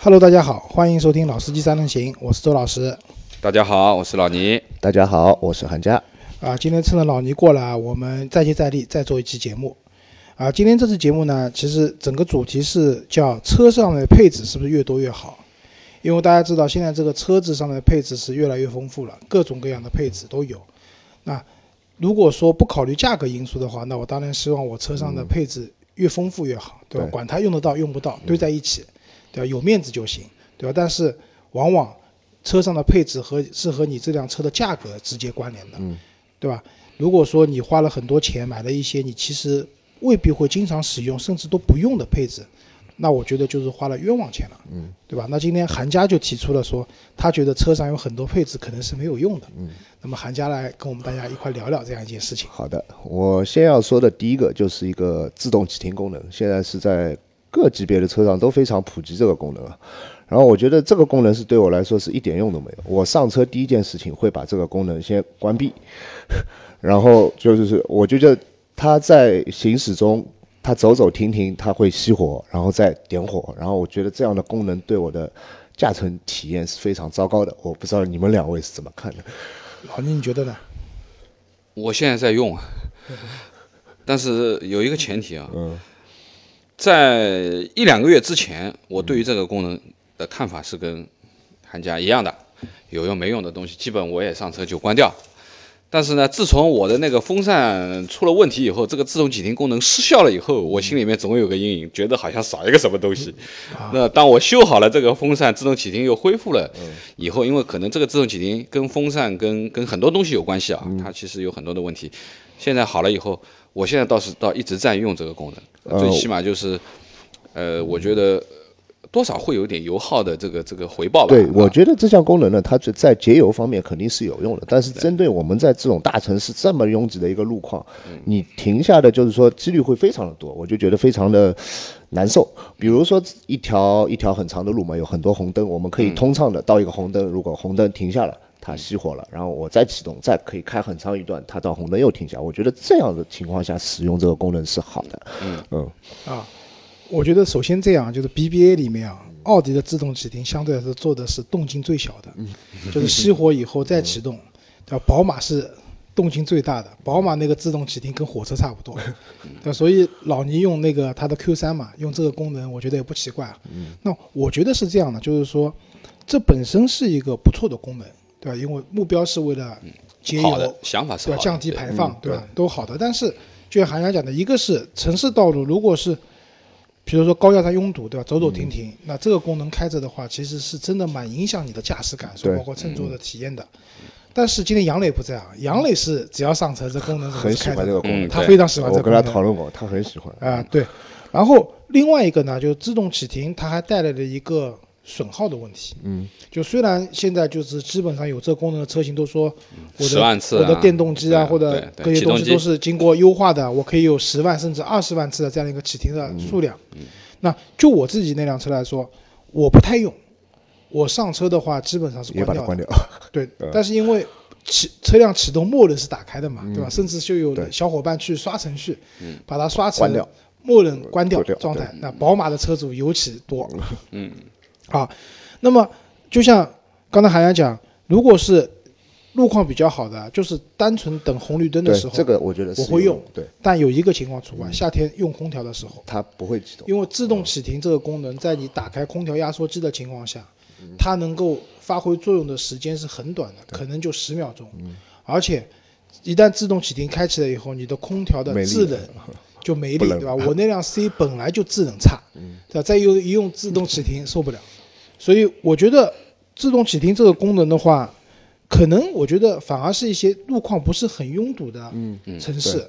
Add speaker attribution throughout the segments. Speaker 1: Hello，大家好，欢迎收听《老司机三人行》，我是周老师。
Speaker 2: 大家好，我是老倪。
Speaker 3: 大家好，我是韩佳。
Speaker 1: 啊，今天趁着老倪过来啊，我们再接再厉，再做一期节目。啊，今天这次节目呢，其实整个主题是叫车上的配置是不是越多越好？因为大家知道，现在这个车子上面的配置是越来越丰富了，各种各样的配置都有。那如果说不考虑价格因素的话，那我当然希望我车上的配置越丰富越好，对吧？
Speaker 3: 对
Speaker 1: 管它用得到用不到，堆在一起，对吧？有面子就行，对吧？但是往往车上的配置和是和你这辆车的价格直接关联的，对吧？如果说你花了很多钱买了一些你其实未必会经常使用，甚至都不用的配置，那我觉得就是花了冤枉钱了，嗯，对吧？那今天韩佳就提出了说，他觉得车上有很多配置可能是没有用的，嗯，那么韩佳来跟我们大家一块聊聊这样一件事情，
Speaker 3: 好的，我先要说的第一个就是一个自动启停功能，现在是在各级别的车上都非常普及这个功能啊。然后我觉得这个功能是对我来说是一点用都没有。我上车第一件事情会把这个功能先关闭，然后就是我觉得它在行驶中，它走走停停，它会熄火，然后再点火。然后我觉得这样的功能对我的驾乘体验是非常糟糕的。我不知道你们两位是怎么看的。
Speaker 1: 老倪你觉得呢？
Speaker 2: 我现在在用， 但是有一个前提啊，在一两个月之前，我对于这个功能的看法是跟韩家一样的，有用没用的东西，基本我也上车就关掉。但是呢，自从我的那个风扇出了问题以后，这个自动启停功能失效了以后，我心里面总有个阴影，觉得好像少一个什么东西。
Speaker 3: 嗯
Speaker 2: 那当我修好了这个风扇，自动启停又恢复了以后，因为可能这个自动启停跟风扇跟跟很多东西有关系啊，
Speaker 3: 嗯
Speaker 2: 它其实有很多的问题。现在好了以后，我现在倒是倒一直在用这个功能，最起码就是，呃，我觉得多少会有点油耗的这个这个回报吧。
Speaker 3: 对
Speaker 2: 啊，
Speaker 3: 我觉得这项功能呢，它就在节油方面肯定是有用的，但是针对我们在这种大城市这么拥挤的一个路况，你停下的就是说几率会非常的多，我就觉得非常的难受。比如说一条一条很长的路嘛，有很多红灯，我们可以通畅的到一个红灯，如果红灯停下了。它熄火了，然后我再启动，再可以开很长一段，它到红灯又停下。我觉得这样的情况下使用这个功能是好的。嗯
Speaker 1: 啊，我觉得首先这样，就是 BBA 里面
Speaker 2: 嗯
Speaker 1: 啊，奥迪的自动启停相对来说做的是动静最小的，
Speaker 2: 嗯
Speaker 1: 就是熄火以后再启动，对吧？宝马是动静最大的，宝马那个自动启停跟火车差不多，
Speaker 2: 嗯
Speaker 1: 对吧？所以老倪用那个它的 Q 3嘛，用这个功能，我觉得也不奇怪啊。
Speaker 2: 嗯
Speaker 1: 那我觉得是这样的，就是说这本身是一个不错的功能，对吧？因为目标是为了节
Speaker 2: 好的
Speaker 1: 油，
Speaker 2: 想法是
Speaker 1: 对
Speaker 2: 好
Speaker 1: 吧？
Speaker 2: 的，
Speaker 1: 降低
Speaker 2: 对
Speaker 1: 排
Speaker 3: 嗯
Speaker 1: 放，对吧？都好的。但是就像韩阳讲的，一个是城市道路，如果是比如说高压站拥堵，对吧？走走停停，
Speaker 3: 嗯
Speaker 1: 那这个功能开着的话，其实是真的蛮影响你的驾驶感受，
Speaker 3: 对嗯
Speaker 1: 包括乘坐的体验的。但是今天杨磊不这样，杨磊是只要上车，这功能
Speaker 3: 很
Speaker 1: 是
Speaker 3: 喜
Speaker 1: 开
Speaker 3: 欢
Speaker 1: 的
Speaker 3: 这，个功能，
Speaker 2: 嗯
Speaker 1: 他
Speaker 2: 对
Speaker 1: 非常喜欢这个
Speaker 3: 我
Speaker 1: 功能。
Speaker 3: 跟他讨论过，他很喜欢。
Speaker 1: 啊，对。然后另外一个呢，就是自动启停，它还带来了一个损耗的问题。嗯，就虽然现在就是基本上有这功能的车型都说
Speaker 3: 嗯
Speaker 1: 我的
Speaker 2: 10万次
Speaker 1: 我的
Speaker 2: 啊
Speaker 1: 电动机啊
Speaker 2: 对
Speaker 1: 或者
Speaker 2: 对
Speaker 1: 这
Speaker 2: 对
Speaker 1: 些
Speaker 2: 启
Speaker 1: 东
Speaker 2: 动
Speaker 1: 西
Speaker 2: 机
Speaker 1: 都是经过优化的，我可以有十万甚至二十万次的这样一个启停
Speaker 2: 嗯
Speaker 1: 的数量。那就我自己那辆车来说，我不太用。我上车的话，基本上是
Speaker 3: 也
Speaker 1: 关
Speaker 3: 把
Speaker 1: 掉的
Speaker 3: 它关。掉。
Speaker 1: 对，
Speaker 3: 嗯
Speaker 1: 但是因为启车辆启动默认是打开的嘛，
Speaker 3: 嗯
Speaker 1: 对吧？甚至就有小伙伴去刷程序，把它刷成
Speaker 3: 关掉呃
Speaker 1: 默认关掉
Speaker 3: 关掉
Speaker 1: 状态。那宝马的车主尤其多，嗯，啊，那么就像刚才韩阳讲，如果是路况比较好的，就是单纯等红绿灯的
Speaker 3: 对
Speaker 1: 时，候，
Speaker 3: 这个嗯我觉得是
Speaker 1: 我会
Speaker 3: 有
Speaker 1: 用，
Speaker 3: 对，
Speaker 1: 但有一个情况除外，夏天用空调的时候。
Speaker 3: 它不会启动。
Speaker 1: 因为自动启停这个功能，在你打开空调压缩机的情况下，
Speaker 3: 嗯
Speaker 1: 它能够发挥作用的时间是很短的，可能就十秒钟。
Speaker 3: 嗯
Speaker 1: 而且，一旦自动启停开启了以后，你的空调的
Speaker 3: 没力
Speaker 1: 制冷
Speaker 3: 了
Speaker 1: 就没力，
Speaker 3: 不嗯冷
Speaker 1: 对吧？我那辆 C 本来就制冷差，对吧？再用一用自动启停受不了，所以我觉得自动启停这个功能的话，可能我觉得反而是一些路况不是很拥堵的
Speaker 3: 嗯
Speaker 1: 城市，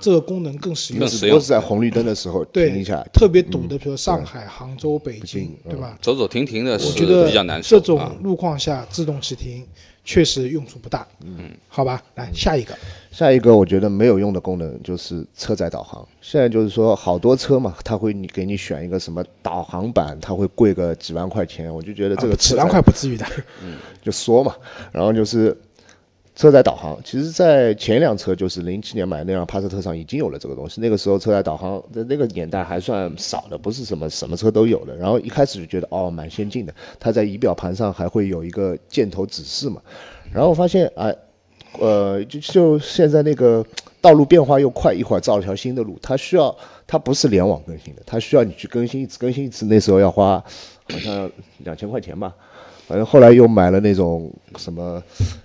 Speaker 1: 这个功能更实用
Speaker 2: 更。
Speaker 3: 只
Speaker 2: 实
Speaker 3: 不
Speaker 2: 用
Speaker 3: 过是在红绿灯的时候
Speaker 1: 嗯对
Speaker 3: 停一下，嗯
Speaker 1: 特别堵的，比如上海、杭州、北京，对吧？
Speaker 2: 走走停停的
Speaker 1: 我
Speaker 2: 是
Speaker 1: 觉得
Speaker 2: 比较难受
Speaker 1: 这
Speaker 2: 啊
Speaker 1: 种路况下自动启停确实用处不大。嗯，好吧，来下一个。
Speaker 3: 下一个我觉得没有用的功能就是车载导航。现在就是说好多车嘛，它会你给你选一个什么导航版，它会贵个几万块钱，我就觉得这
Speaker 1: 啊
Speaker 3: 个
Speaker 1: 几
Speaker 3: 车载
Speaker 1: 万块不至于的，
Speaker 3: 就说嘛，然后就是车载导航，其实，在前一辆车就是零七年买的那辆帕萨特上已经有了这个东西。那个时候车载导航在那个年代还算少的，不是什么什么车都有的。然后一开始就觉得哦，蛮先进的。它在仪表盘上还会有一个箭头指示嘛。然后我发现哎，呃，就就现在那个道路变化又快，一会儿造一条新的路，它需要它不是联网更新的，它需要你去更新一次，更新一次。那时候要花好像两千块钱吧。反正后来又买了那种什么，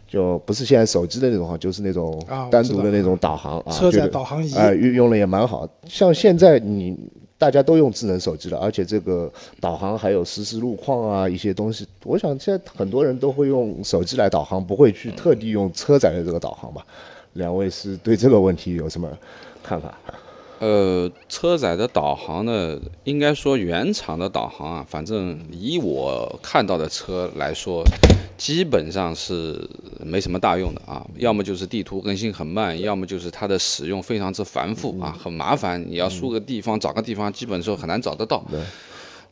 Speaker 3: 就不是现在手机的那种哈，就是那种
Speaker 1: 啊我
Speaker 3: 单
Speaker 1: 知
Speaker 3: 独
Speaker 1: 道
Speaker 3: 的那种导航 啊，
Speaker 1: 车载
Speaker 3: 觉得
Speaker 1: 导航仪
Speaker 3: 哎、运用了也蛮好。像现在你大家都用智能手机了，而且这个导航还有实时路况啊一些东西，我想现在很多人都会用手机来导航，不会去特地用车载的这个导航吧？两位是对这个问题有什么看法？
Speaker 2: 呃，车载的导航呢，应该说原厂的导航啊，反正以我看到的车来说，基本上是没什么大用的啊。要么就是地图更新很慢，要么就是它的使用非常之繁复
Speaker 1: 嗯
Speaker 2: 啊，很麻烦。你要输个地方，找个地方，基本上很难找得到。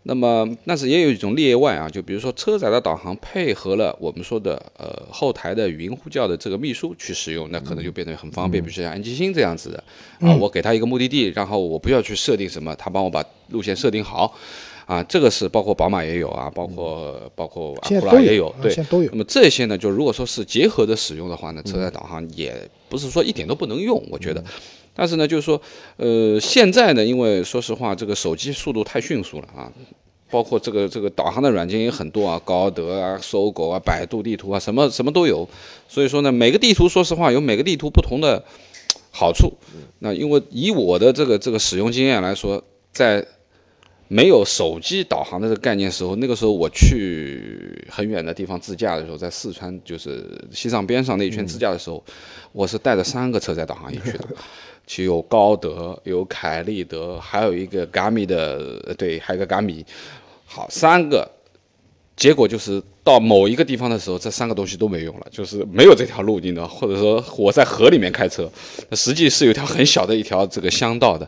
Speaker 2: 那么，但是也有一种例外啊，就比如说车载的导航配合了我们说的呃后台的云呼叫的这个秘书去使用，那可能就变得很方
Speaker 1: 嗯
Speaker 2: 便。比如说像安吉星这样子的啊，我给他一个目的地，然后我不要去设定什么，他帮我把路线设定好。啊，这个是包括宝马也有啊，包括包括阿
Speaker 1: 嗯现
Speaker 2: 库
Speaker 1: 在
Speaker 2: 拉
Speaker 1: 都
Speaker 2: 也
Speaker 1: 有啊
Speaker 2: 对，
Speaker 1: 现在 都有嗯
Speaker 2: 那么这些呢，就如果说是结合着使用的话呢，车载导航也不是说一点都不能用，我觉得。但是呢，就是说，呃，现在呢，因为说实话，这个手机速度太迅速了啊，包括这个这个导航的软件也很多啊，高德啊、搜狗啊、百度地图啊，什么什么都有。所以说呢，每个地图说实话有每个地图不同的好处。那因为以我的这个这个使用经验来说，在没有手机导航的这个概念时候，那个时候我去很远的地方自驾的时候，在四川就是西藏边上那一圈自驾的时候，我是带着三个车载导航仪去的。其实有高德，有凯立德，还有一个 Gami 的，呃对，还有一个 Gami，好，三个，结果就是到某一个地方的时候，这三个东西都没用了，就是没有这条路，你知道，或者说我在河里面开车，那实际是有一条很小的一条这个乡道的，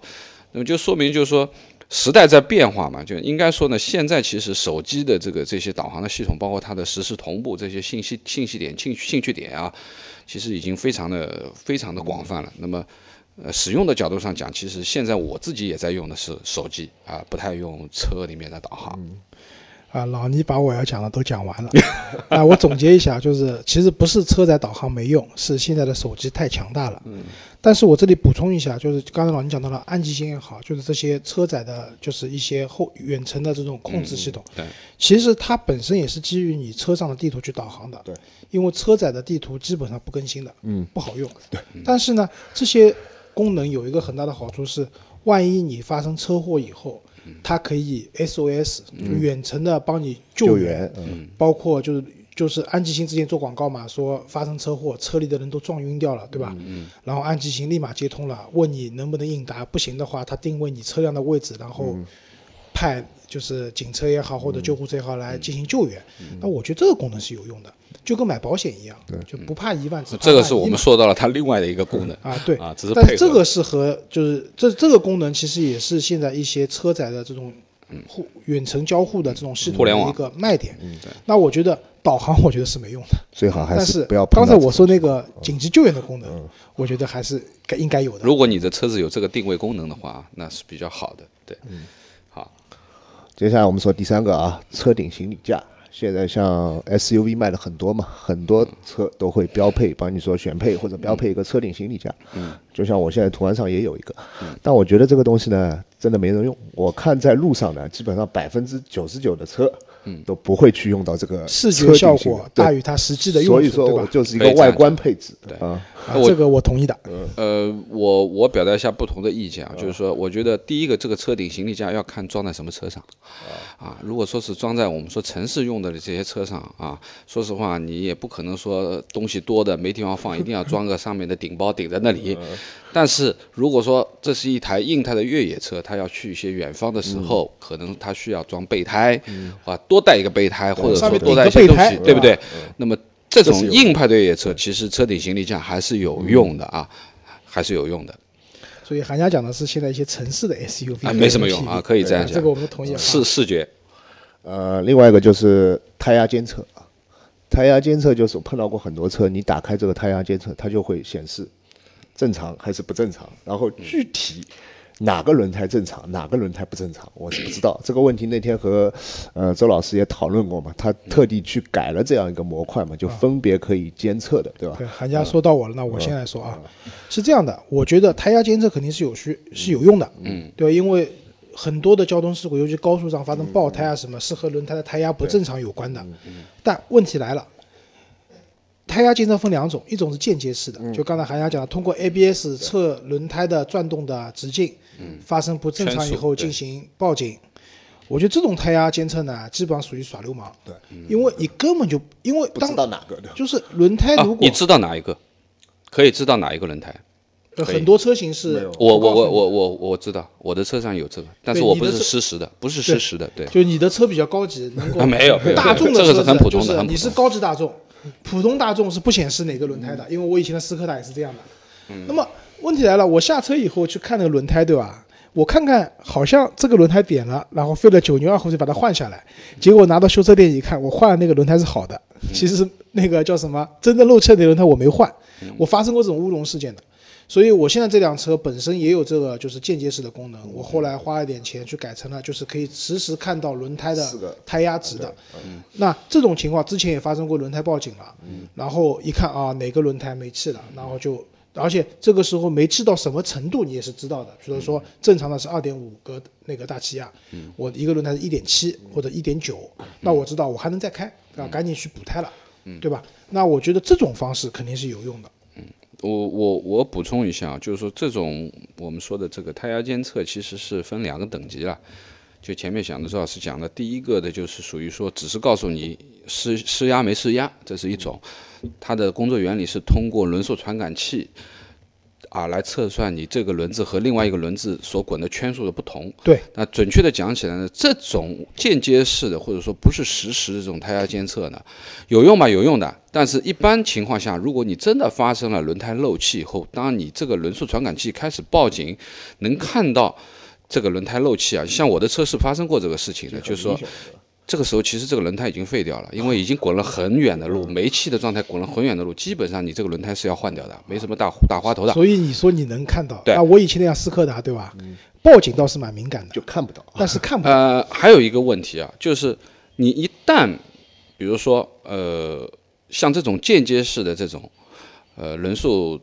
Speaker 2: 那么就说明就是说。时代在变化嘛，就应该说呢，现在其实手机的这个这些导航的系统，包括它的实时同步这些信息信息点、兴趣兴趣点啊，其实已经非常的非常的广泛了。那么呃，使用的角度上讲，其实现在我自己也在用的是手机啊，不太用车里面的导航。
Speaker 1: 啊，老倪把我要讲的都讲完了。 啊，我总结一下，就是其实不是车载导航没用，是现在的手机太强大了。嗯。但是我这里补充一下，就是刚才老倪讲到了安吉星也好，就是这些车载的，就是一些后远程的这种控制系统，
Speaker 2: 对，
Speaker 1: 其实它本身也是基于你车上的地图去导航的。
Speaker 3: 对。
Speaker 1: 因为车载的地图基本上不更新的，
Speaker 3: 嗯，
Speaker 1: 不好 用。对。但是呢，这些功能有一个很大的好处是，万一你发生车祸以后。它可以 SOS 就远程的帮你
Speaker 3: 救
Speaker 1: 援，
Speaker 3: 援，嗯，
Speaker 1: 包括就是就是安吉星之前做广告嘛，说发生车祸，车里的人都撞晕掉了，对吧？然后安吉星立马接通了，问你能不能应答，不行的话，他定位你车辆的位置，然后派就是警车也好或者救护车也好来进行救援。那我觉得这个功能是有用的，就跟买保险一样，就不怕一万，只怕
Speaker 2: 这个
Speaker 1: 万
Speaker 2: 是
Speaker 1: 一
Speaker 2: 我
Speaker 1: 嘛
Speaker 2: 们说到了它另外的一个功能
Speaker 1: 啊，对
Speaker 2: 啊，只是
Speaker 1: 但
Speaker 2: 配
Speaker 1: 是这
Speaker 2: 合
Speaker 1: 个是和就是这这个功能其实也是现在一些车载的这种互远程交互的这种系
Speaker 2: 嗯互
Speaker 1: 统的
Speaker 2: 联网嗯
Speaker 1: 一个卖点。那我觉得导航我觉得是没用的，
Speaker 3: 最好还
Speaker 1: 但
Speaker 3: 不要碰
Speaker 1: 刚
Speaker 3: 到
Speaker 1: 才
Speaker 3: 这
Speaker 1: 我说
Speaker 3: 东
Speaker 1: 那
Speaker 3: 西
Speaker 1: 个紧急救援的功
Speaker 3: 嗯
Speaker 1: 能，我觉得还是该应该有的。
Speaker 2: 如果你的车子有这个定位功能的话，那是比较好的。对，
Speaker 1: 嗯
Speaker 2: 好，
Speaker 3: 接下来我们说第三个啊，车顶行李架。现在像 SUV 卖的很多嘛，很多车都会标配，帮你说选配或者标配一个车顶行李架。嗯，就像我现在图案上也有一个，
Speaker 2: 嗯
Speaker 3: 但我觉得这个东西呢，真的没人用。我看在路上呢，基本上百分之九十九的车，嗯，都不会去用到这个
Speaker 1: 视
Speaker 3: 呃车
Speaker 1: 觉
Speaker 3: 顶
Speaker 1: 效
Speaker 3: 行
Speaker 1: 果
Speaker 3: 李对
Speaker 1: 大于它实际的用
Speaker 3: 所以
Speaker 1: 处，
Speaker 3: 说
Speaker 1: 对
Speaker 3: 我
Speaker 1: 吧？
Speaker 3: 就是一
Speaker 2: 可
Speaker 3: 个
Speaker 2: 以这样
Speaker 3: 外观配置啊，
Speaker 1: 啊，这个我同意的。
Speaker 2: 呃，我我表达一下不同的意见啊，就是说，我觉得第一个，这个车顶行李架要看装在什么车上，啊，如果说是装在我们说城市用的这些车上啊，说实话，你也不可能说东西多的没地方放，一定要装个上面的顶包顶在那里。
Speaker 1: 嗯
Speaker 2: 但是如果说这是一台硬派的越野车，它要去一些远方的时
Speaker 1: 嗯
Speaker 2: 候，可能它需要装备胎，啊，多带一个备胎，或
Speaker 1: 嗯
Speaker 2: 者
Speaker 1: 上
Speaker 2: 说
Speaker 1: 面
Speaker 2: 多
Speaker 1: 顶
Speaker 2: 带
Speaker 1: 个
Speaker 2: 一些
Speaker 1: 备
Speaker 2: 东
Speaker 1: 胎嗯
Speaker 2: 西，对不对？那么这
Speaker 3: 这是
Speaker 2: 种
Speaker 3: 有
Speaker 2: 硬派的越野车，其实车顶行李架还是有用的啊，还是有用的
Speaker 1: 所以韩家讲的是现在一些城市的 SUV，
Speaker 2: 啊，没什么用啊，可以这样
Speaker 1: 哎这
Speaker 2: 讲
Speaker 1: 个，我们同意啊。
Speaker 2: 视视觉
Speaker 3: 呃，另外一个就是胎压监测啊，胎压监测就是我碰到过很多车，你打开这个胎压监测，它就会显示正常还是不正常，然后具体哪个轮胎正常，哪个轮胎不正常，我是不知道。这个问题那天和呃周老师也讨论过嘛，他特地去改了这样一个模块嘛，就分别可以监测的，对吧？
Speaker 1: 对，韩家说到我了，那我先来说啊，是这样的，我觉得胎压监测肯定是有需是有用的，嗯，对吧，因为很多的交通事故，尤其高速上发生爆胎啊什么，是和轮胎的胎压不正常有关的。但问题来了，胎压监测分两种，一种是间接式的，就刚才韩家讲的，通过 ABS 测轮胎的转动的直径，发生不正常以
Speaker 2: 圈
Speaker 1: 后
Speaker 2: 速对
Speaker 1: 进行报警。我觉得这种胎压监测呢，基本上属于耍流氓，对，因为你根本就因为
Speaker 3: 不
Speaker 1: 当
Speaker 3: 知道哪个的。
Speaker 1: 就是轮胎
Speaker 2: 啊
Speaker 1: 哎如，果、
Speaker 2: 你知道哪一个？可以知道哪一个轮胎？
Speaker 1: 呃
Speaker 2: 可以
Speaker 1: 很多车型是
Speaker 2: 我
Speaker 1: 不告
Speaker 2: 我
Speaker 1: 诉
Speaker 2: 我
Speaker 1: 你
Speaker 2: 我我我知道，我的车上有这个，但是
Speaker 1: 对
Speaker 2: 我
Speaker 1: 你
Speaker 2: 不
Speaker 1: 的
Speaker 2: 是
Speaker 1: 车
Speaker 2: 实时的，不是
Speaker 1: 对
Speaker 2: 实时的，对。
Speaker 1: 就你的车比较高级，能够
Speaker 2: 啊没有没有
Speaker 1: 大众的车
Speaker 2: 这个
Speaker 1: 子啊
Speaker 2: 是很普通
Speaker 1: 就
Speaker 2: 的
Speaker 1: 是
Speaker 2: 很普通
Speaker 1: 你是高级大众，普通大众是不显示哪个轮胎的，因为我以前的斯柯达也是这样的。
Speaker 2: 嗯
Speaker 1: 那么问题来了，我下车以后去看那个轮胎，对吧？我看看，好像这个轮胎扁了，然后费了九牛二虎就把它换下来。结果拿到修车店一看，我换了那个轮胎是好的，
Speaker 2: 嗯
Speaker 1: 其实那个叫什么真的漏气的轮胎我没换，
Speaker 2: 嗯
Speaker 1: 我发生过这种乌龙事件的。所以我现在这辆车本身也有这个就是间接式的功能，我后来花一点钱去改成了，就是可以实时看到轮胎
Speaker 3: 是
Speaker 1: 的
Speaker 3: 的
Speaker 1: 胎压值的。那这种情况之前也发生过轮胎报警了，
Speaker 2: 嗯
Speaker 1: 然后一看啊哪个轮胎没气了，然后就。而且这个时候没气到什么程度，你也是知道的。比如
Speaker 2: 嗯
Speaker 1: 说，正常的是二点五个那个大气压，我一个轮胎是一点七
Speaker 2: 嗯
Speaker 1: 或者一点九，那我知道我还能再开，啊，赶紧去补胎了，
Speaker 2: 嗯
Speaker 1: 对吧？那我觉得这种方式肯定是有用的。
Speaker 2: 我我我补充一下啊，就是说这种我们说的这个胎压监测其实是分两个等级了。就前面讲的周老师讲的，第一个的就是属于说只是告诉你施施压没施压，这是一种，它的工作原理是通过轮速传感器啊来测算你这个轮子和另外一个轮子所滚的圈数的不同。
Speaker 1: 对，
Speaker 2: 那准确的讲起来呢，这种间接式的或者说不是实时的这种胎压监测呢，有用吧？有用的。但是，一般情况下，如果你真的发生了轮胎漏气以后，当你这个轮速传感器开始报警，能看到这个轮胎漏气啊，像我的车是发生过这个事情的，就是说，这个时候其实这个轮胎已经废掉了，因为已经滚了很远的路，没气的状态滚了很远的路，基本上你这个轮胎是要换掉的，没什么大大花头的。
Speaker 1: 所以你说你能看到，
Speaker 2: 对嗯
Speaker 1: 啊，我以前那辆斯柯达，对吧？报警倒是蛮敏感的，
Speaker 3: 就看不到，
Speaker 1: 但是看不到。
Speaker 2: 呃，还有一个问题啊，就是你一旦，比如说呃，像这种间接式的这种，呃，人数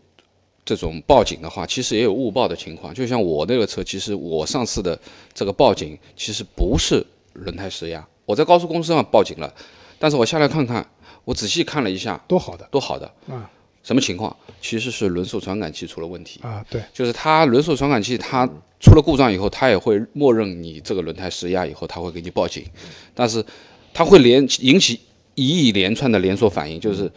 Speaker 2: 这种报警的话，其实也有误报的情况。就像我那个车，其实我上次的这个报警其实不是轮胎失压，我在高速公路上报警了，但是我下来看看，我仔细看了一下，
Speaker 1: 多好的
Speaker 2: 都好的
Speaker 1: 啊。
Speaker 2: 什么情况？其实是轮速传感器出了问题。
Speaker 1: 啊！对，
Speaker 2: 就是它轮速传感器它出了故障以后，它也会默认你这个轮胎失压以后，它会给你报警，但是它会连引起一连串的连锁反应，就是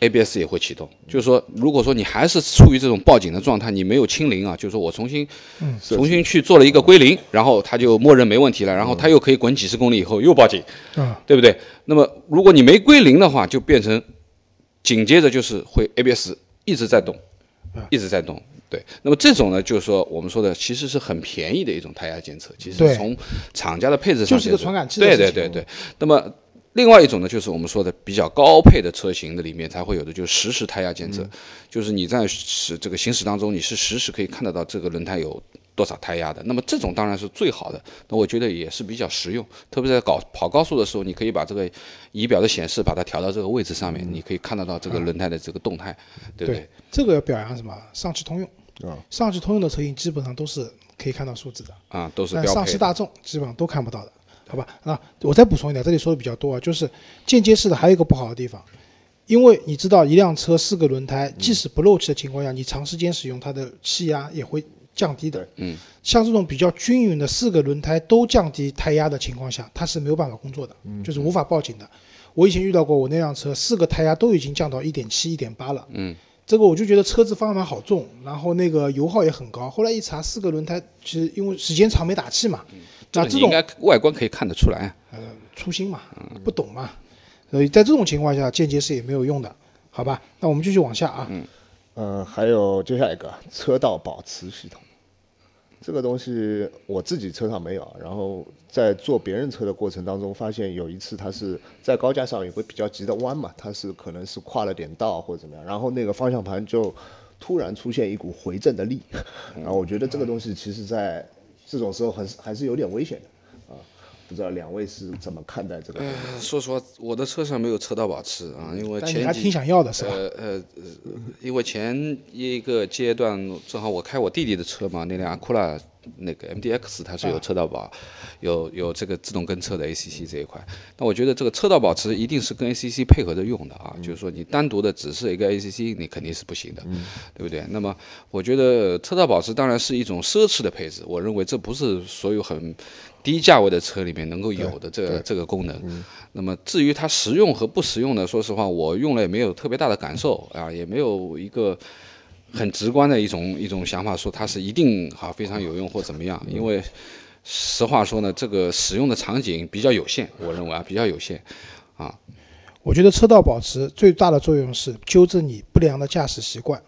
Speaker 2: ABS 也会启动。就是说，如果说你还是处于这种报警的状态，你没有清零啊，就是说我重新
Speaker 1: 嗯
Speaker 2: 重新去做了一个归零，然后它就默认没问题了，然后它又可以滚几十公里以后又报警，
Speaker 1: 啊，
Speaker 2: 对不对？那么如果你没归零的话，就变成紧接着就是会 ABS 一直在动，
Speaker 1: 嗯
Speaker 2: 一直在动。对，那么这种呢，就是说我们说的其实是很便宜的一种胎压监测，其实
Speaker 1: 对
Speaker 2: 是从厂家的配置上
Speaker 1: 就是一个
Speaker 2: 监测
Speaker 1: 传感器的
Speaker 2: 对
Speaker 1: 事
Speaker 2: 对
Speaker 1: 情
Speaker 2: 对对。那么另外一种呢，就是我们说的比较高配的车型的里面才会有的，就是实时胎压监测，
Speaker 1: 嗯
Speaker 2: 就是你在使这个行驶当中，你是实时可以看得到这个轮胎有多少胎压的。那么这种当然是最好的，那我觉得也是比较实用，特别在搞跑高速的时候，你可以把这个仪表的显示把它调到这个位置上面，你可以看得到这个轮胎的这个动态，对不对？
Speaker 1: 对，这个要表扬什么？上汽通用
Speaker 3: 啊，
Speaker 1: 上汽通用的车型基本上都是可以看到数字的，
Speaker 2: 啊，都是
Speaker 1: 但
Speaker 2: 标
Speaker 1: 上
Speaker 2: 配
Speaker 1: 汽
Speaker 2: 的。
Speaker 1: 大众基本上都看不到的，好吧？那我再补充一点，这里说的比较多啊，就是间接式的还有一个不好的地方，因为你知道一辆车四个轮胎，
Speaker 2: 嗯
Speaker 1: 即使不漏气的情况下，你长时间使用它的气压也会降低的。嗯，像这种比较均匀的四个轮胎都降低胎压的情况下，它是没有办法工作的，
Speaker 2: 嗯
Speaker 1: 就是无法报警的。我以前遇到过，我那辆车四个胎压都已经降到一点七、一点八了。嗯，这个我就觉得车子方向盘好重，然后那个油耗也很高。后来一查，四个轮胎其实因为时间长没打气嘛，那
Speaker 2: 这
Speaker 1: 这
Speaker 2: 你应
Speaker 1: 种
Speaker 2: 该外观可以看得出来啊。
Speaker 1: 呃粗心嘛，不懂嘛，所以在这种情况下，间接是也没有用的，好吧？那我们继续往下啊，
Speaker 3: 呃嗯，还有接下来一个车道保持系统，这个东西我自己车上没有，啊然后在坐别人车的过程当中，发现有一次它是在高架上有个比较急的弯嘛，它是可能是跨了点道或者怎么样，然后那个方向盘就突然出现一股回正的力， 然后我觉得这个东西其实在这种时候很还是有点危险的啊，不知道两位是怎么看待这个？
Speaker 2: 呃说实话，我的车上没有车道保持啊，因为
Speaker 1: 但你
Speaker 2: 前
Speaker 1: 还
Speaker 2: 几
Speaker 1: 挺想要的是吧？
Speaker 2: 呃呃，呃因为前一个阶段正好我开我弟弟的车嘛，那辆阿库拉那个 MDX 它
Speaker 1: 啊
Speaker 2: 是有车道保，有有这个自动跟车的 ACC 这一块。那我觉得这个车道保持一定是跟 ACC 配合着用的啊，
Speaker 1: 嗯
Speaker 2: 就是说你单独的只是一个 ACC 你肯定是不行的，对不对？那么我觉得车道保持当然是一种奢侈的配置，我认为这不是所有很低价位的车里面能够有的这个这个功能。那么至于它实用和不实用呢，说实话，我用了也没有特别大的感受啊，也没有一个很直观的一种一种想法，说它是一定好非常有用或怎么样，因为。实话说呢，这个使用的场景比较有限，我认为啊比较有限。
Speaker 1: 我觉得车道保持最大的作用是纠正你不良的驾驶习惯，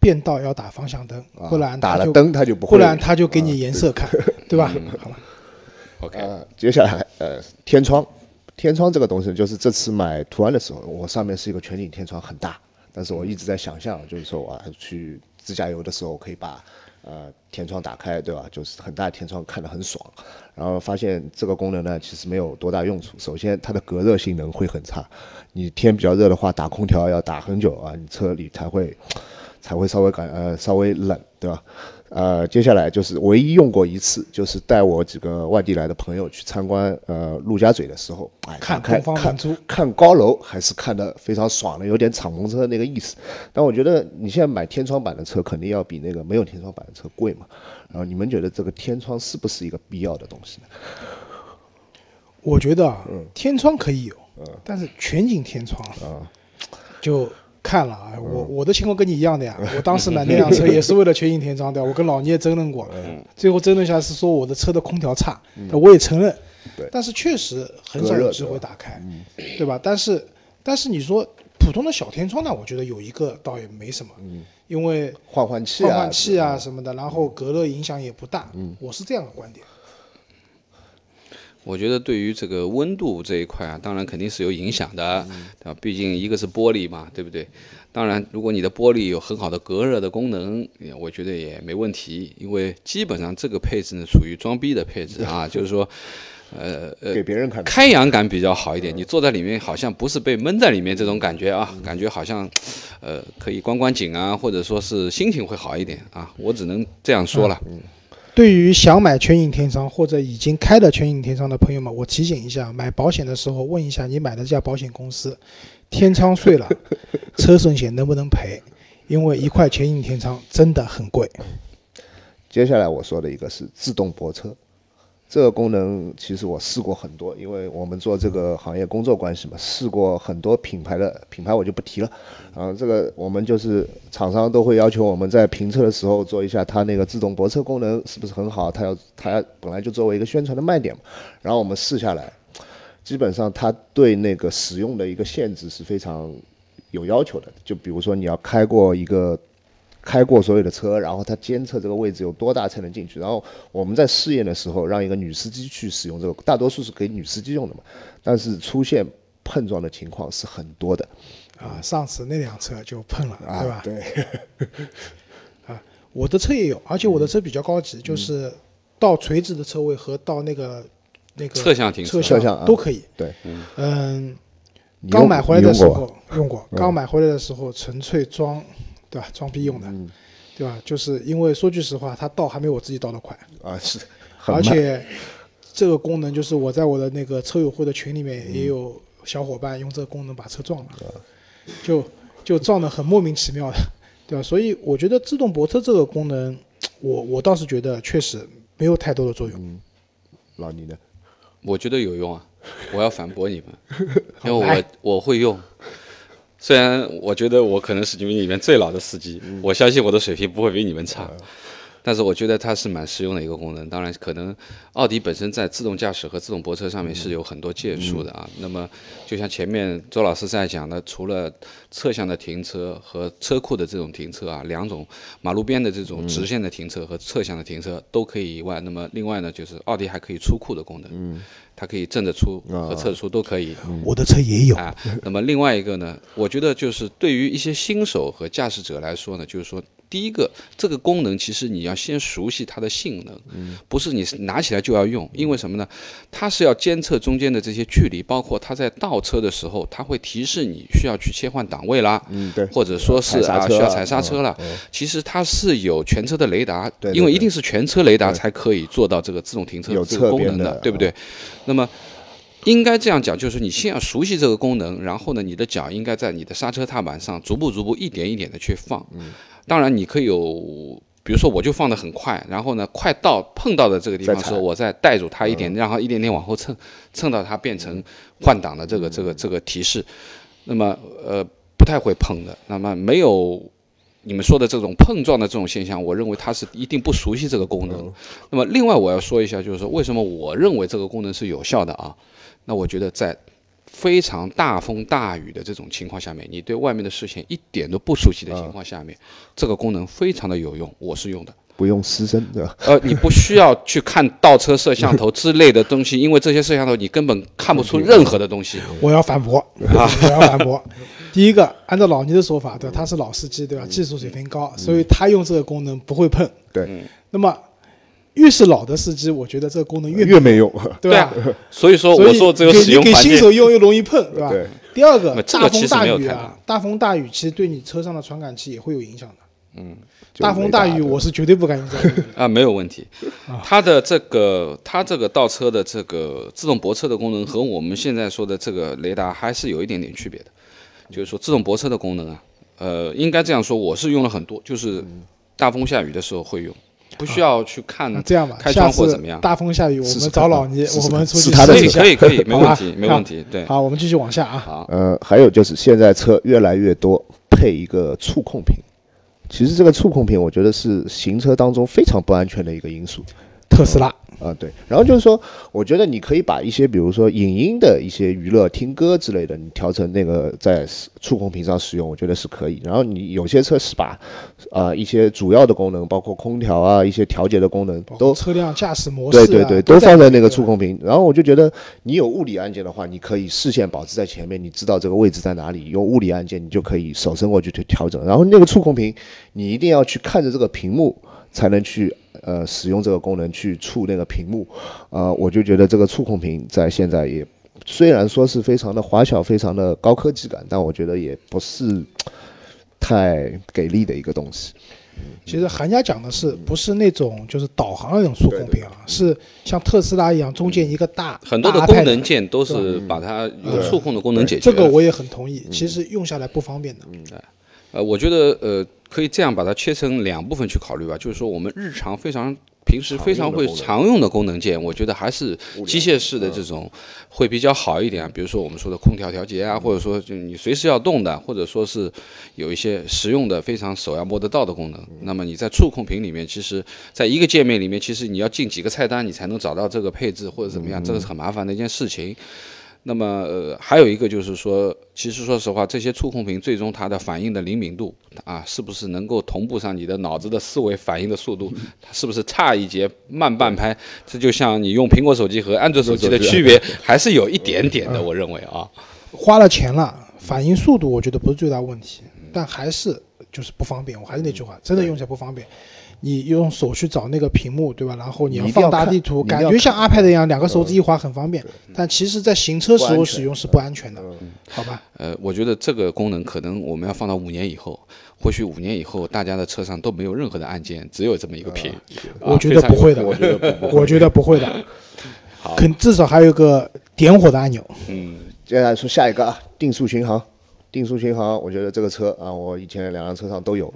Speaker 1: 变道要打方向灯，
Speaker 3: 啊
Speaker 1: 不然
Speaker 3: 打
Speaker 1: 它
Speaker 3: 了
Speaker 1: 就
Speaker 3: 灯它就不会，
Speaker 1: 不然它就给你颜色看，对吧？好吧，
Speaker 2: OK，、
Speaker 3: 呃，接下来呃，天窗，天窗这个东西，就是这次买途安的时候，我上面是一个全景天窗，很大，但是我一直在想象，就是说我去自驾游的时候可以把呃天窗打开，对吧？就是很大的天窗看得很爽，然后发现这个功能呢其实没有多大用处。首先它的隔热性能会很差，你天比较热的话，打空调要打很久啊，你车里才会才会稍微感呃稍微冷，对吧？呃，接下来就是唯一用过一次，就是带我几个外地来的朋友去参观呃陆家嘴的时候，哎，
Speaker 1: 看
Speaker 3: 打开
Speaker 1: 东方
Speaker 3: 看
Speaker 1: 明珠
Speaker 3: 看高楼还是看得非常爽的，有点敞篷车那个意思。但我觉得你现在买天窗版的车，肯定要比那个没有天窗版的车贵嘛。然后你们觉得这个天窗是不是一个必要的东西呢？
Speaker 1: 我觉得啊，
Speaker 3: 嗯
Speaker 1: 天窗可以有，但是全景天窗
Speaker 3: 啊
Speaker 1: 就看了
Speaker 3: 嗯
Speaker 1: 啊。我我的情况跟你一样的呀，我当 时买那辆车也是为了全景天窗的，我跟老聂争论过，
Speaker 3: 嗯
Speaker 1: 最后争论下是说我的车的空调差，但我也承认
Speaker 3: 对，
Speaker 1: 但是确实很
Speaker 3: 隔
Speaker 1: 少
Speaker 3: 热嗯
Speaker 1: 有机会打开，对吧？但是但是你说普通的小天窗呢，我觉得有一个倒也没什么，因为
Speaker 3: 换换嗯气啊，
Speaker 1: 换换气啊什么的，然后隔热影响也不大，
Speaker 3: 嗯
Speaker 1: 我是这样的观点。
Speaker 2: 我觉得对于这个温度这一块啊，当然肯定是有影响的，对吧？毕竟一个是玻璃嘛，对不对？当然，如果你的玻璃有很好的隔热的功能，也我觉得也没问题，因为基本上这个配置呢属于装逼的配置 啊，就是说，呃呃，
Speaker 3: 给别人看。
Speaker 2: 开阳感比较好一点，你坐在里面好像不是被闷在里面这种感觉啊，感觉好像，呃，可以观观景啊，或者说是心情会好一点啊，我只能这样嗯说了。
Speaker 1: 对于想买全景天窗或者已经开了全景天窗的朋友们，我提醒一下，买保险的时候问一下你买的这家保险公司，天窗碎 了，车损险能不能赔？因为一块全景天窗真的很贵。
Speaker 3: 啊接下来我说的一个是自动泊车，这个功能其实我试过很多，因为我们做这个行业工作关系嘛，试过很多品牌的品牌我就不提了。然后这个我们就是厂商都会要求我们在评测的时候做一下它那个自动泊车功能是不是很好，它要它要本来就作为一个宣传的卖点嘛。然后我们试下来，基本上它对那个使用的一个限制是非常有要求的，就比如说你要开过一个开过所有的车，然后它监测这个位置有多大才能进去。然后我们在试验的时候，让一个女司机去使用这个，大多数是给女司机用的嘛，但是出现碰撞的情况是很多的
Speaker 1: 啊，上次那辆车就碰了，
Speaker 3: 啊，
Speaker 1: 对吧？啊
Speaker 3: 对，
Speaker 1: 我的车也有，而且我的车比较高级，
Speaker 3: 嗯
Speaker 1: 就是到垂直的车位和到那个那个
Speaker 2: 侧向停车
Speaker 1: 侧
Speaker 3: 侧向啊
Speaker 1: 都可以。
Speaker 3: 对，
Speaker 1: 嗯，
Speaker 3: 你
Speaker 1: 刚
Speaker 3: 用
Speaker 1: 买回来的
Speaker 3: 你
Speaker 1: 时
Speaker 3: 用过吧嗯
Speaker 1: 候用过，刚买回来的时候纯粹装，对吧？装逼用的，
Speaker 3: 嗯
Speaker 1: 对吧？就是因为说句实话，它倒还没有我自己倒的快，
Speaker 3: 啊是很
Speaker 1: 而
Speaker 3: 慢，
Speaker 1: 且这个功能就是我在我的那个车友会的群里面也有小伙伴用这个功能把车撞了，
Speaker 3: 嗯
Speaker 1: 就就撞得很莫名其妙的，对吧？所以我觉得自动泊车这个功能，我我倒是觉得确实没有太多的
Speaker 3: 嗯
Speaker 1: 作用。
Speaker 3: 老倪呢？
Speaker 2: 我觉得有用啊，我要反驳你们，因为我我会用。虽然我觉得我可能是你们里面最老的司机，我相信我的水平不会比你们差，但是我觉得它是蛮实用的一个功能。当然，可能奥迪本身在自动驾驶和自动泊车上面是有很多建树的啊。那么，就像前面周老师在讲的，除了侧向的停车和车库的这种停车啊，两种马路边的这种直线的停车和侧向的停车都可以以外，那么另外呢，就是奥迪还可以出库的功能，它可以正着出
Speaker 3: 啊
Speaker 2: 和侧着出都可以。
Speaker 3: 嗯
Speaker 1: 我的车也有，
Speaker 2: 啊。那么另外一个呢，我觉得就是对于一些新手和驾驶者来说呢，就是说。第一个，这个功能其实你要先熟悉它的性能，
Speaker 3: 嗯
Speaker 2: 不是你拿起来就要用，因为什么呢？它是要监测中间的这些距离，包括它在倒车的时候，它会提示你需要去切换档位啦，
Speaker 3: 嗯，对，
Speaker 2: 或者说是
Speaker 3: 踩刹
Speaker 2: 啊
Speaker 3: 车
Speaker 2: 需要
Speaker 3: 啊
Speaker 2: 踩刹车了。其实它是有全车的雷达，
Speaker 3: 对对
Speaker 2: 因为
Speaker 3: 对
Speaker 2: 一定是全车雷达才可以做到这个自动停车
Speaker 3: 有
Speaker 2: 这
Speaker 3: 侧
Speaker 2: 个功
Speaker 3: 边
Speaker 2: 能
Speaker 3: 的嗯
Speaker 2: 对不对？那么。应该这样讲，就是你先要熟悉这个功能，然后呢，你的脚应该在你的刹车踏板上逐步逐步一点一点的去放。
Speaker 3: 嗯
Speaker 2: 当然你可以有，比如说我就放的很快，然后呢，快到碰到的这个地方的时候，我再带住它一
Speaker 3: 嗯
Speaker 2: 点，让它一点点往后蹭，蹭到它变成换挡的这
Speaker 3: 嗯
Speaker 2: 个这个这个提示。那么呃，不太会碰的。那么没有你们说的这种碰撞的这种现象，我认为它是一定不熟悉这个功能。那么另外我要说一下，就是说为什么我认为这个功能是有效的啊？那我觉得在非常大风大雨的这种情况下面，你对外面的视线一点都不熟
Speaker 1: 嗯
Speaker 2: 悉的情况下面，这个功能非常的有用，我是用的。
Speaker 3: 不用失身，对吧？
Speaker 2: 呃，你不需要去看倒车摄像头之类的东西，因为这些摄像头你根本看不
Speaker 1: 嗯
Speaker 2: 出任何的东西。
Speaker 1: 我要反驳，我要反驳。第一个，按照老倪的说法，对吧？他是老司机，对吧？技术水平高，所以他用这个功能不会碰。
Speaker 3: 对，
Speaker 1: 那么，越是老的司机，我觉得这个功能越
Speaker 3: 越没用，
Speaker 1: 对吧？
Speaker 2: 所以说
Speaker 1: 所
Speaker 2: 我
Speaker 1: 以
Speaker 2: 说只有
Speaker 1: 给
Speaker 2: 使用
Speaker 1: 给
Speaker 2: 环
Speaker 1: 新
Speaker 2: 境。
Speaker 1: 手用又容易碰，对吧？
Speaker 3: 对
Speaker 1: 第二个
Speaker 2: 那，这
Speaker 1: 大
Speaker 2: 个其
Speaker 1: 风
Speaker 2: 实
Speaker 1: 大
Speaker 2: 没有
Speaker 1: 雨
Speaker 2: 太
Speaker 1: 啊
Speaker 2: 大，
Speaker 1: 大风大雨其实对你车上的传感器也会有影响的。
Speaker 3: 就
Speaker 1: 大风
Speaker 3: 没
Speaker 1: 大
Speaker 3: 打
Speaker 1: 雨，
Speaker 3: 的
Speaker 1: 我是绝对不敢用这个功能的。
Speaker 2: 啊，没有问题。
Speaker 1: 啊
Speaker 2: 它的这个，它这个倒车的这个自动泊车的功能和我们现在说的这个雷达还是有一点点区别的，就是说自动泊车的功能啊，呃，应该这样说，我是用了很多，就是大风下雨的时候会用，不需要去看
Speaker 1: 那这样吧，
Speaker 2: 开
Speaker 1: 下
Speaker 2: 窗或
Speaker 1: 次
Speaker 2: 怎么样。
Speaker 1: 大风下雨，我
Speaker 3: 试
Speaker 1: 们找老倪，
Speaker 3: 试试
Speaker 1: 我们
Speaker 3: 看
Speaker 1: 出去
Speaker 3: 是他的
Speaker 2: 可
Speaker 1: 试
Speaker 2: 以
Speaker 1: 一下
Speaker 2: 可以可以，没
Speaker 1: 好吧
Speaker 2: 问题没问题，对，
Speaker 1: 好，我们继续往下啊。
Speaker 3: 呃，还有就是现在车越来越多配一个触控屏，其实这个触控屏我觉得是行车当中非常不安全的一个因素
Speaker 1: 特斯拉，
Speaker 3: 啊、对，然后就是说，我觉得你可以把一些比如说影音的一些娱乐、听歌之类的，你调成那个在触控屏上使用，我觉得是可以。然后你有些车是把啊、呃一些主要的功能，包括空调啊一些调节的功能
Speaker 1: 包括
Speaker 3: 都
Speaker 1: 车辆驾驶模式啊，
Speaker 3: 对对对，
Speaker 1: 都
Speaker 3: 都放在那
Speaker 1: 里
Speaker 3: 个
Speaker 1: 面
Speaker 3: 触。控屏。然后我就觉得，你有物理按键的话，你可以视线保持在前面，你知道这个位置在哪里。用物理按键，你就可以手伸过去去调整。然后那个触控屏，你一定要去看着这个屏幕，才能去呃使用这个功能去触那个屏幕。呃，我就觉得这个触控屏在现在也虽然说是非常的花巧，非常的高科技感，但我觉得也不是太给力的一个东西。嗯
Speaker 1: 其实韩家讲的是不是那种就是导航的那种触控屏啊？是像特斯拉一样，中
Speaker 3: 嗯
Speaker 1: 间一个大
Speaker 2: 很多的
Speaker 1: 大
Speaker 2: 功
Speaker 1: 啊 iPad
Speaker 2: 能键都是把它有触控的功能解决
Speaker 1: 这
Speaker 2: 了。
Speaker 1: 个我也很同
Speaker 3: 嗯
Speaker 1: 意，其实用下来不方便的。
Speaker 2: 呃，我觉得呃，可以这样把它切成两部分去考虑吧，就是说我们日常非常。平时非常会常用的功能啊键，我觉得还是机械式的这种会比较好一点啊。比如说我们说的空调调节啊，或者说就你随时要动的，或者说是有一些实用的、非常手要摸得到的功能。那么你在触控屏里面，其实在一个界面里面，其实你要进几个菜单，你才能找到这个配置或者怎么样，这个是很麻烦的一件事情。那么呃，还有一个就是说，其实说实话，这些触控屏最终它的反应的灵敏度啊，是不是能够同步上你的脑子的思维反应的速 度？它是不是差一截、慢半拍？这就像你用苹果手机和安卓手机的 区别，还是有一点点的，我认为啊。
Speaker 1: 花了钱了，反应速度我觉得不是最大问题，
Speaker 3: 嗯
Speaker 1: 但还是就是不方便。我还是那句话，真的用起来不方便。你用手去找那个屏幕，对吧？然后你
Speaker 3: 你一定
Speaker 1: 放
Speaker 3: 要
Speaker 1: 大
Speaker 3: 看
Speaker 1: 地图，
Speaker 3: 你一定
Speaker 1: 感
Speaker 3: 要
Speaker 1: 觉像 iPad 一样，两个手指一滑很方便，但其实在行车时
Speaker 3: 不
Speaker 1: 候
Speaker 3: 安
Speaker 1: 使
Speaker 3: 全嗯
Speaker 1: 用是不安全的，好吧？
Speaker 2: 呃，我觉得这个功能可能我们要放到五年以后，或许五年以后大家的车上都没有任何的按键，只有这么一个屏。啊
Speaker 1: 我觉得不会的，
Speaker 3: 我觉得不
Speaker 1: 我觉得不会的，肯至少还有个点火的按钮。
Speaker 3: 接下来说下一个啊，定速巡航。定速巡航，我觉得这个车啊，我以前两辆车上都有，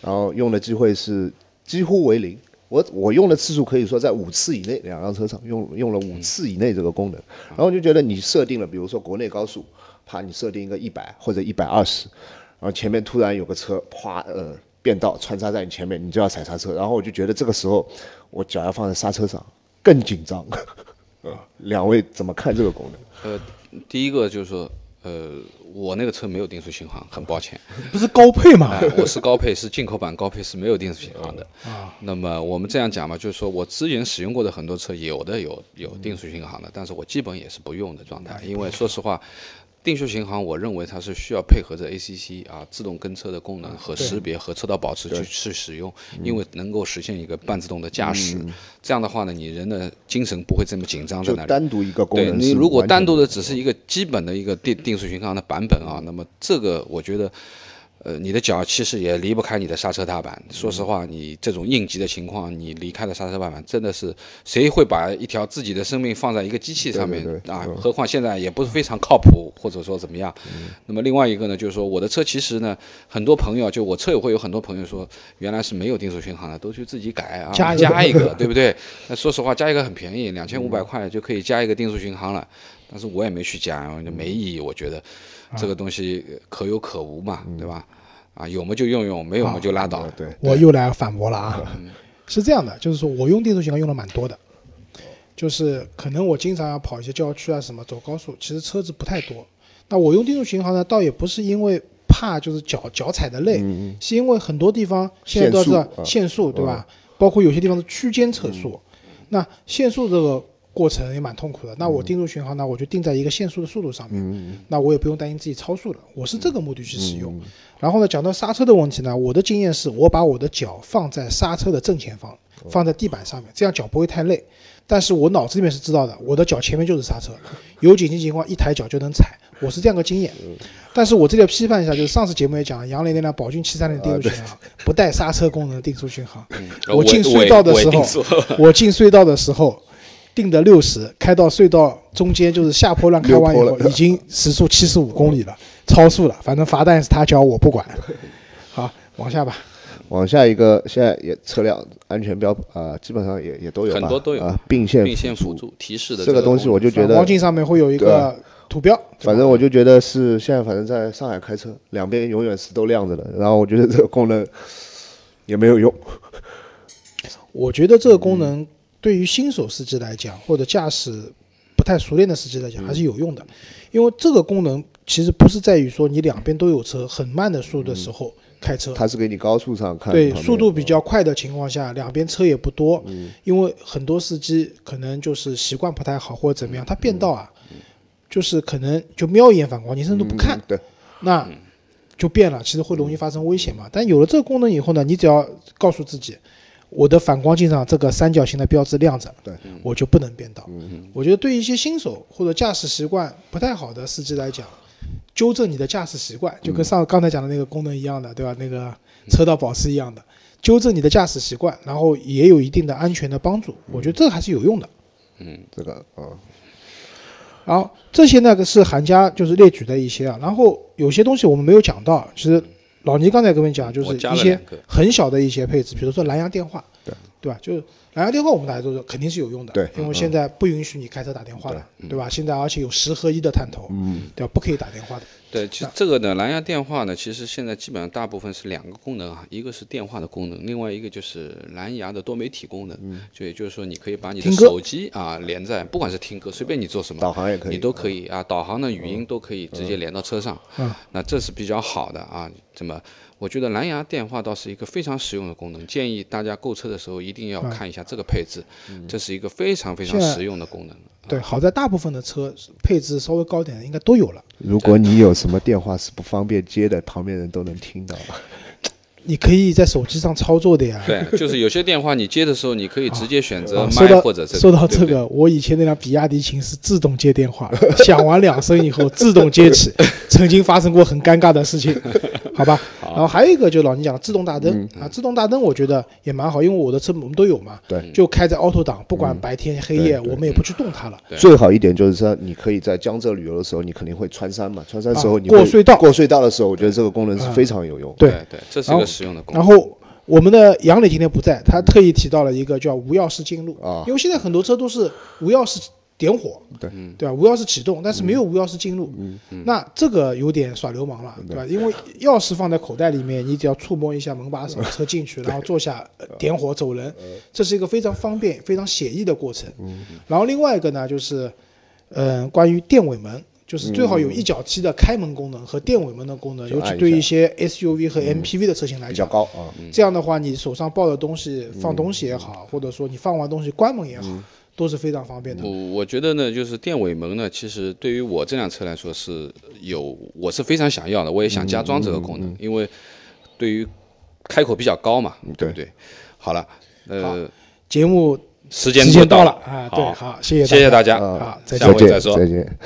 Speaker 3: 然后用的机会是几乎为零。我我用的次数可以说在五次以内，两辆车上用用了五次以内这个功能。然后我就觉得你设定了，比如说国内高速，啪，你设定一个一百或者一百二十，然后前面突然有个车，啪，呃，变道穿插在你前面，你就要踩刹车。然后我就觉得这个时候我脚要放在刹车上，更紧张。 呃，两位怎么看这个功能？
Speaker 2: 呃，第一个就是说，呃，我那个车没有定速巡航，很抱歉。
Speaker 3: 嗯
Speaker 1: 不是高配嘛？
Speaker 2: 哎， 我是高配，是进口版高配，是没有定速巡航的。
Speaker 3: 啊
Speaker 2: 那么我们这样讲嘛，就是说我之前使用过的很多车，有的有有定速巡航的，但是我基本也是不用的状
Speaker 3: 嗯
Speaker 2: 态，因为说实话，定速巡航我认为它是需要配合着 ACC 啊自动跟车的功能和识别和车道保持去去使用，
Speaker 3: 嗯
Speaker 2: 因为能够实现一个半自动的驾驶。这样的话呢，你人的精神不会这么紧张在
Speaker 3: 就
Speaker 2: 那里。
Speaker 3: 单独一个功
Speaker 2: 对
Speaker 3: 能，
Speaker 2: 你如果单独的只是一个基本的一个定定速巡航的版本啊，那么这个我觉得，呃，你的脚其实也离不开你的刹车踏板。说实话，你这种应急的情况，你离开了刹车踏板，真的是谁会把一条自己的生命放在一个机器上面
Speaker 3: 对对嗯
Speaker 2: 啊？何况现在也不是非常靠谱，或者说怎么样。那么另外一个呢，就是说我的车其实呢，很多朋友就我车友会有很多朋友说，原来是没有定速巡航的，都去自己改啊，
Speaker 1: 加
Speaker 2: 加
Speaker 1: 一个嗯
Speaker 2: 一个，对不对？那说实话，加一个很便 宜，两千五百块就可以加一个定速巡航了。但是我也没去加，没意义。我觉得这个东西呃可有可无嘛，
Speaker 1: 嗯
Speaker 2: 对吧？啊，有么就用用，没有么就拉倒。
Speaker 3: 啊对
Speaker 1: 我又来反驳了啊，
Speaker 3: 嗯
Speaker 1: 是这样的，就是说我用定速巡航用的蛮多的，就是可能我经常要跑一些郊区啊什么走高速，其实车子不太多。那我用定速巡航呢，倒也不是因为怕就是脚脚踩的累，是因为很多地方现在都知道
Speaker 3: 嗯限速啊嗯
Speaker 1: 限速对吧？包括有些地方是区间测速，那限速这个过程也蛮痛苦的。那
Speaker 3: 嗯
Speaker 1: 我定速巡航呢，我就定在一个限速的速度上面，那我也不用担心自己超速了。我是
Speaker 3: 嗯
Speaker 1: 这个目的去使用。然后呢，讲到刹车的问题呢，我的经验是我把我的脚放在刹车的正前方，
Speaker 3: 哦
Speaker 1: 放在地板上面，这样脚不会太累。但是我脑子里面是知道的，我的脚前面就是刹车，有紧急情况一抬脚就能踩，我是这样个经验。
Speaker 3: 嗯
Speaker 1: 但是我这里要批判一下，就是上次节目也讲了，杨磊那辆宝骏730的定速巡
Speaker 3: 啊
Speaker 1: 航不带刹车功能的定速巡航，我进隧道的时
Speaker 2: 我也定
Speaker 1: 候
Speaker 2: 速，
Speaker 1: 我进隧道的时候定的六十，开到隧道中间就是下坡段开完以
Speaker 3: 溜
Speaker 1: 后，
Speaker 3: 坡了
Speaker 1: 已经时速七十五公里了，超速了，反正罚单也是他交，我不管。好，往下吧。
Speaker 3: 往下一个，现在也车辆安全标啊、基本上也也都有吧，
Speaker 2: 很多都有
Speaker 3: 啊，并 线
Speaker 2: 并线辅助提示的
Speaker 3: 这个东西，我就觉
Speaker 1: 反光
Speaker 3: 得，啊
Speaker 1: 镜啊上面会有一个图标，
Speaker 3: 反正我就觉得是现在，反正在上海开车，两边永远是都亮着的。然后我觉得这个功能也没有用，
Speaker 1: 我觉得这个功能对于新手司机来讲，或者驾驶不太熟练的司机来讲，还是有用的。因为这个功能其实不是在于说你两边都有车，很慢的速度的时候开车，
Speaker 3: 它是给你高速上看旁
Speaker 1: 对
Speaker 3: 边，
Speaker 1: 速度比较快的情况下，两边车也不多，
Speaker 3: 嗯
Speaker 1: 因为很多司机可能就是习惯不太好或者怎么
Speaker 3: 嗯
Speaker 1: 样，他变道啊，就是可能就瞄一眼反光镜，甚至都不看，
Speaker 3: 嗯对，嗯
Speaker 1: 那就变了，其实会容易发生危险嘛。但有了这个功能以后呢，你只要告诉自己，我的反光镜上这个三角形的标志亮着，
Speaker 3: 对，嗯
Speaker 1: 我就不能变道。我觉得对一些新手或者驾驶习惯不太好的司机来讲，纠正你的驾驶习惯，就
Speaker 2: 嗯
Speaker 1: 跟上刚才讲的那个功能一样的，对吧？那个车道保持一样的，纠正你的驾驶习惯，然后也有一定的安全的帮助。
Speaker 2: 嗯
Speaker 1: 我觉得这个还是有用的。
Speaker 3: 这个啊，
Speaker 1: 然后这些呢是韩家就是列举的一些啊，然后有些东西我们没有讲到，其实老倪刚才跟我们讲，就是
Speaker 2: 我加
Speaker 1: 一
Speaker 2: 了
Speaker 1: 些
Speaker 2: 两个
Speaker 1: 很小的一些配置，比如说蓝牙电话，对吧？就是蓝牙电话，我们大家都知道肯定是有用的，
Speaker 3: 对
Speaker 1: 因
Speaker 2: 嗯
Speaker 1: 为现在不允许你开车打电话了，对吧？现在而且有十合一的探头，嗯，对吧？不可以打电话的，
Speaker 2: 对，其实这个呢，蓝牙电话呢，其实现在基本上大部分是两个功能啊，一个是电话的功能，另外一个就是蓝牙的多媒体功能。就也就是说，你可以把你的
Speaker 1: 嗯听歌
Speaker 2: 手机啊连在，不管是听歌，随便你做什么，
Speaker 3: 导航也可以
Speaker 2: 你都可以啊，导航的语音都可以直接连到车上。
Speaker 1: 嗯
Speaker 2: 那这是比较好的啊。怎么？我觉得蓝牙电话倒是一个非常实用的功能，建议大家购车的时候一定
Speaker 1: 嗯
Speaker 2: 要看一下这个配置，这是一个非常非常
Speaker 1: 现在
Speaker 2: 实用的功能。
Speaker 1: 对。好在大部分的车配置稍微高点的应该都有了，
Speaker 3: 如果你有什么电话是不方便接的，旁边人都能听到。
Speaker 1: 你可以在手机上操作的呀。
Speaker 2: 对，就是有些电话你接的时候，你可以直接选择
Speaker 1: 啊说
Speaker 2: 麦
Speaker 1: 到
Speaker 2: 或者这个。
Speaker 1: 说到
Speaker 2: 对
Speaker 1: 这
Speaker 2: 不对
Speaker 1: 个，我以前那辆比亚迪秦是自动接电话， 响完两声以后自动接 起，曾经发生过很尴尬的事情，好吧？然后还有一个就是老倪讲的自动大
Speaker 2: 嗯
Speaker 1: 灯啊，自动大灯我觉得也蛮好，因为我的车我们都有嘛，
Speaker 3: 对，
Speaker 1: 就开在 auto 档，不
Speaker 2: 嗯
Speaker 1: 管白天黑夜，我们也不去动它了。
Speaker 3: 最好一点就是说，你可以在江浙旅游的时候，你肯定会穿山嘛，穿山时候
Speaker 1: 啊
Speaker 3: 你会
Speaker 1: 过隧道嗯
Speaker 3: 过隧道的时候，我觉得这个功能是非常有用。
Speaker 1: 对
Speaker 2: 对这是一个实用的功能。
Speaker 1: 然后我们的杨磊今天不在，他特意提到了一个叫无钥匙进入
Speaker 3: 啊
Speaker 1: 因为现在很多车都是无钥匙点火，
Speaker 3: 对嗯
Speaker 1: 对吧？无钥匙启动，但是没有无钥匙进入，那这个有点耍流氓了，对吧？因为钥匙放在口袋里面，你只要触摸一下门把手，车进 去，然后坐下，呃点火走人，
Speaker 3: 嗯
Speaker 1: 这是一个非常方便、非常写意的过程。然后另外一个呢，就是，嗯、关于电尾门。就是最好有一脚踢的开门功能和电尾门的功能，
Speaker 3: 嗯就
Speaker 1: 尤
Speaker 3: 按
Speaker 1: 其
Speaker 3: 一
Speaker 1: 对
Speaker 3: 下
Speaker 1: 一些 SUV 和 MPV 的车型来
Speaker 3: 比较
Speaker 1: 讲，
Speaker 3: 高啊，
Speaker 1: 这样的话，你手上抱的东西放东西也好，或者说你放完东西关门也好，都是非常方便的。
Speaker 2: 我嗯我觉得呢，就是电尾门呢，其实对于我这辆车来说是有，我是非常想要的，我也想加装这个
Speaker 1: 嗯
Speaker 2: 功能，因为对于开口比较高嘛，对不对？好了，呃，
Speaker 1: 节目
Speaker 2: 时间
Speaker 1: 时
Speaker 2: 也
Speaker 1: 间到
Speaker 2: 了
Speaker 1: 了啊，对，
Speaker 2: 好
Speaker 1: 好，谢谢
Speaker 2: 谢谢大
Speaker 1: 大嗯
Speaker 2: 家
Speaker 1: 好，再
Speaker 2: 下
Speaker 1: 见
Speaker 2: 回。
Speaker 3: 见
Speaker 2: 再说
Speaker 3: 再见。